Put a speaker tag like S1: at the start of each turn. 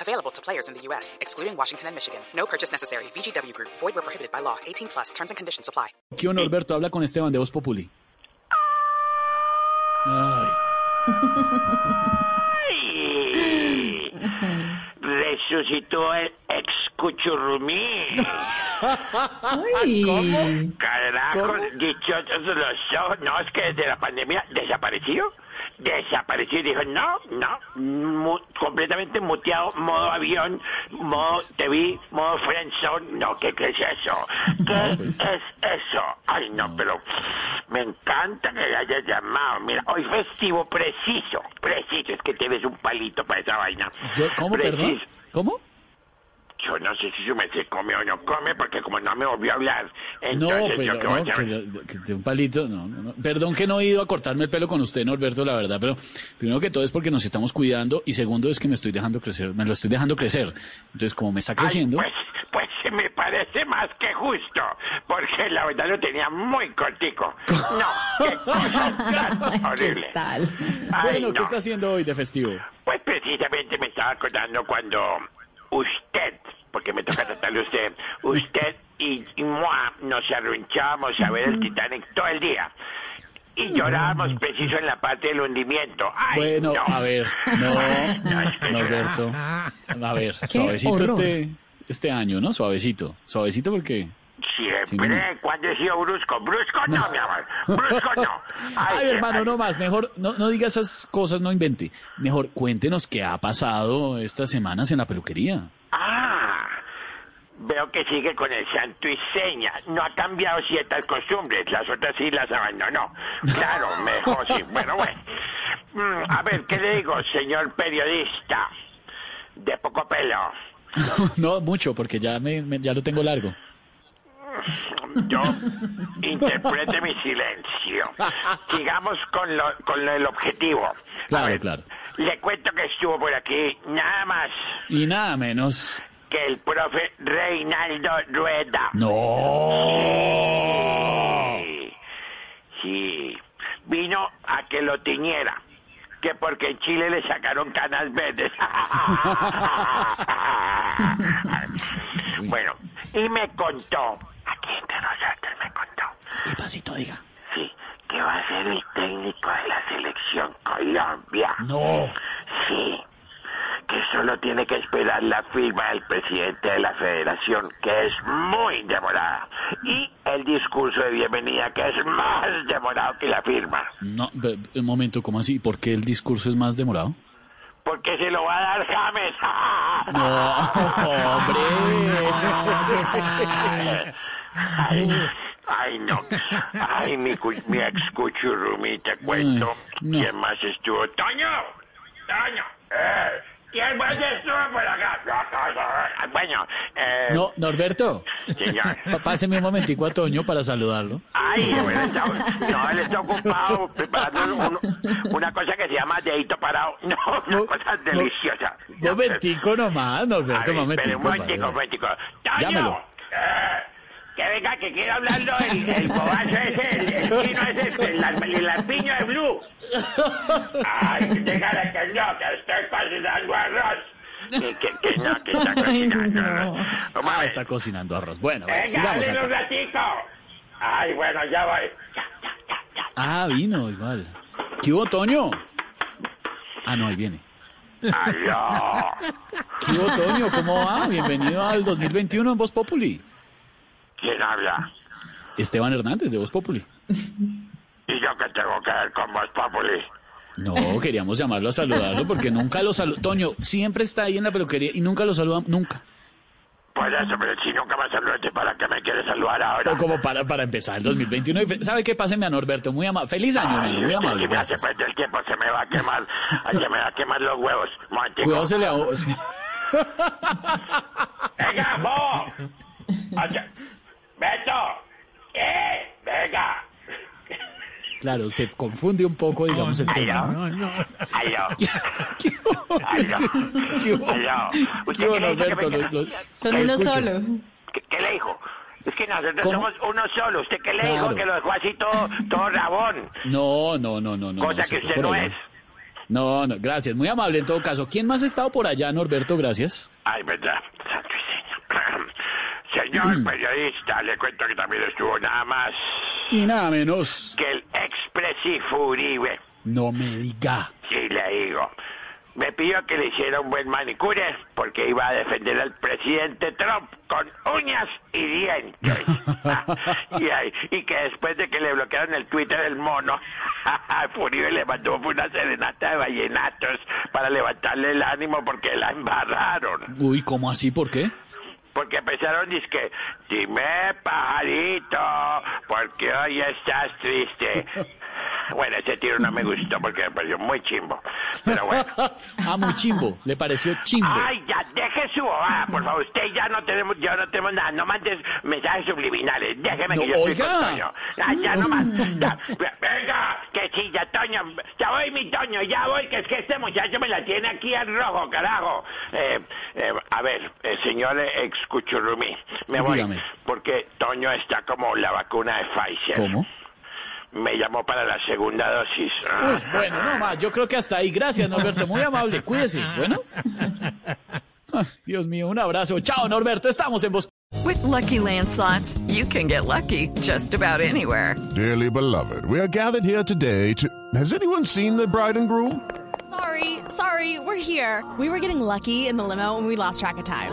S1: Available to players in the U.S., excluding Washington and Michigan. No purchase necessary. VGW Group, void were prohibited by law. 18 plus terms and conditions apply.
S2: ¿Qué onda, Alberto? Habla con Esteban de Voz Populi. Ay,
S3: Resucitó el ex cuchurrumí.
S4: ¿Cómo?
S3: Carajos, dichosos los ojos. No, es que desde la pandemia desapareció. Desapareció y dijo, no, no, mu- completamente muteado, modo avión, modo TV, modo friendzone, no, ¿qué, qué es eso? ¿Qué es eso? Ay, no, pero me encanta que le hayas llamado. Mira, hoy festivo preciso, preciso, es que te ves un palito para esa vaina.
S2: yo- ¿Cómo, perdón?
S3: Preciso.
S2: ¿Cómo?
S3: Yo no sé si su merced come o no come, porque como no me volvió a hablar,
S2: No,
S3: entonces yo qué
S2: pero,
S3: voy a
S2: no,
S3: saber.
S2: pero- que de un palito, no, no, no. Perdón que no he ido a cortarme el pelo con usted, Norberto, la verdad, pero primero que todo es porque nos estamos cuidando y segundo es que me estoy dejando crecer, me lo estoy dejando crecer. Entonces, como me está
S3: Ay,
S2: creciendo,
S3: pues, pues se me parece más que justo, porque la verdad lo tenía muy cortico. No, qué cosa tan horrible.
S4: ¿Qué tal?
S3: Ay,
S2: bueno, ¿qué
S3: no.
S2: está haciendo hoy de festivo?
S3: Pues precisamente me estaba acordando cuando usted, porque me toca tratarle a usted, usted y, y moi nos arrunchábamos a ver el Titanic todo el día. Y llorábamos preciso en la parte del hundimiento. Ay,
S2: Bueno,
S3: no.
S2: a ver, no, Norberto, a ver, suavecito
S4: horror.
S2: este, este año, ¿no? Suavecito, suavecito porque...
S3: Siempre, cuando he sido brusco. Brusco no, mi amor. Brusco no.
S2: Ay,
S3: qué
S2: hermano,
S3: mal.
S2: no más. Mejor no, no diga esas cosas, no invente. Mejor cuéntenos qué ha pasado estas semanas en la peluquería.
S3: Ah, veo que sigue con el santo y seña. No ha cambiado ciertas costumbres. Las otras sí las abandonó. Claro, mejor sí. Bueno, bueno. Mm, a ver, ¿qué le digo, señor periodista? De poco pelo.
S2: no mucho, porque ya, me, me- ya lo tengo largo.
S3: Yo interprete mi silencio. Sigamos con, lo, con lo del objetivo. A
S2: Claro,
S3: ver,
S2: claro.
S3: Le cuento que estuvo por aquí nada más
S2: Y nada menos.
S3: que el profe Reinaldo Rueda.
S2: ¡No!
S3: Sí. Sí. Vino a que lo tiñera. Que porque en Chile le sacaron canas verdes. bueno, y me contó. Aquí entre nosotros me contó.
S2: ¿Qué pasito diga?
S3: Sí, que va a ser el técnico de la selección Colombia.
S2: ¡No!
S3: Sí, que solo tiene que esperar la firma del presidente de la federación, que es muy demorada, y el discurso de bienvenida, que es más demorado que la firma,
S2: No, be- be- un momento, ¿cómo así? ¿Por qué el discurso es más demorado?
S3: porque se lo va a dar James.
S2: ¡Hombre!
S4: ¿Qué tal?
S3: Ay, ay, no. Ay, mi, cu- mi ex cuchurrumi, te cuento.
S2: Ay, no.
S3: ¿Quién más estuvo? ¡Toño! ¡Toño! ¡Eh! ¿Quién más estuvo por acá? No, no, no. Bueno, eh,
S2: No, Norberto,
S3: señor.
S2: pa- páseme un momentico a Toño para saludarlo.
S3: Ay, bueno, está, no, él está ocupado preparando un- una cosa que se llama dedito parado. No, una
S2: No,
S3: cosa
S2: no. este
S3: deliciosa.
S2: Momentico nomás,
S3: A
S2: Norberto,
S3: ver, espere,
S2: momentico.
S3: un momentico,
S2: vale.
S3: un momentico.
S2: Llámelo.
S3: ¡Toño! Eh, que venga, que quiero hablando el, el bobazo ese, el, el chino ese, este, el, al- el lampiño de Blue. Ay, que déjala que no, que estoy cocinando arroz. Que, que, que no, que está
S4: Ay,
S3: cocinando
S4: no.
S3: arroz. Vamos a
S2: Ah,
S3: ver.
S2: está cocinando arroz. Bueno, bueno,
S3: Venga,
S2: sigamos
S3: ábrele
S2: acá.
S3: un ratico. Ay, bueno, ya voy. Ya, ya, ya, ya.
S2: Ah, vino igual. ¿Qué hubo, Toño? Ah, no, ahí viene.
S3: Aló.
S2: ¿Qué hubo, Toño? ¿Cómo va? Bienvenido al 2021 en Voz Populi.
S3: ¿Quién habla?
S2: Esteban Hernández de Voz Populi.
S3: ¿Y yo qué tengo que ver con vos, Populi?
S2: No, queríamos llamarlo a saludarlo porque nunca lo saludó. Toño siempre está ahí en la peluquería y nunca lo saludan, nunca.
S3: Por eso, pero si nunca me saludaste, ¿para qué me quieres saludar ahora?
S2: Pero como para, para empezar el 2021. Y fe- ¿Sabe qué? Páseme a Norberto. Muy amable. Feliz año, hermano. Muy
S3: Ay, es que
S2: amable.
S3: si me hace
S2: Gracias.
S3: perder el tiempo, se me va a quemar. Ay, se me va a quemar los huevos. Momentico.
S2: Cuidado, se le ahoga.
S3: ¡Venga, vos! Oye, ¡Beto! ¡Eh,
S2: Claro, se confunde un poco, digamos, el tema. ¿no?
S3: no, Aló.
S2: ¿Qué hubo?
S3: Aló.
S2: ¿Qué hubo?
S3: Aló.
S2: ¿Qué
S3: ¿Usted
S2: hubo,
S3: cree que
S2: Norberto?
S3: me-
S2: Los- los-
S4: Son
S2: lo
S4: uno
S2: escucho.
S4: solo.
S3: ¿Qué, qué le dijo? Es que nosotros
S2: ¿Cómo?
S3: somos uno solo. ¿Usted qué le
S2: Claro.
S3: dijo? Que lo dejó así todo, todo rabón.
S2: No, no, no, no, no.
S3: cosa
S2: no, se
S3: que
S2: fue
S3: usted
S2: por
S3: no
S2: allá.
S3: es.
S2: No, no, gracias. Muy amable en todo caso. ¿Quién más ha estado por allá, Norberto? Gracias.
S3: Ay, verdad. Santo y señor.
S2: Mm.
S3: Señor periodista, le cuento que también estuvo nada más
S2: Y nada menos.
S3: que el expresivo Uribe.
S2: No me diga.
S3: Sí, le digo. Me pidió que le hiciera un buen manicure porque iba a defender al presidente Trump con uñas y dientes. y, ahí- y que después de que le bloquearon el Twitter del mono, Furio le mandó una serenata de vallenatos para levantarle el ánimo porque la embarraron.
S2: Uy, ¿cómo así? ¿Por qué?
S3: Porque empezaron que dime pajarito, porque hoy estás triste. Bueno, ese tiro no me gustó porque me pareció muy chimbo. Pero bueno.
S2: ah, muy chimbo. Le pareció chimbo.
S3: Ay, ya, deje su bobada, por favor. Usted ya no tenemos, ya no tenemos nada. No mandes mensajes subliminales. Déjeme
S2: No,
S3: que yo estoy
S2: oiga. Mm.
S3: con Toño. Ah, ya no más. Ya, venga, que sí, ya, Toño. Ya voy, mi Toño, ya voy, que es que este muchacho me la tiene aquí al rojo, carajo. Eh, eh, a ver, eh, señor eh, Excuchurrumi, me voy.
S2: Dígame.
S3: Porque Toño está como la vacuna de Pfizer.
S2: ¿Cómo?
S3: Me llamó para la segunda dosis.
S2: Uy, bueno, no más. Yo creo que hasta ahí. Gracias, Norberto. Muy amable. Cuídese. Bueno. Ah, Dios mío, un abrazo. Chao, Norberto. Estamos en Voz
S5: With Lucky Land slots, you can get lucky just about anywhere.
S6: Dearly beloved, we are gathered here today to. Has anyone seen the bride and groom?
S7: Sorry, sorry, we're here. We were getting lucky in the limo and we lost track of time.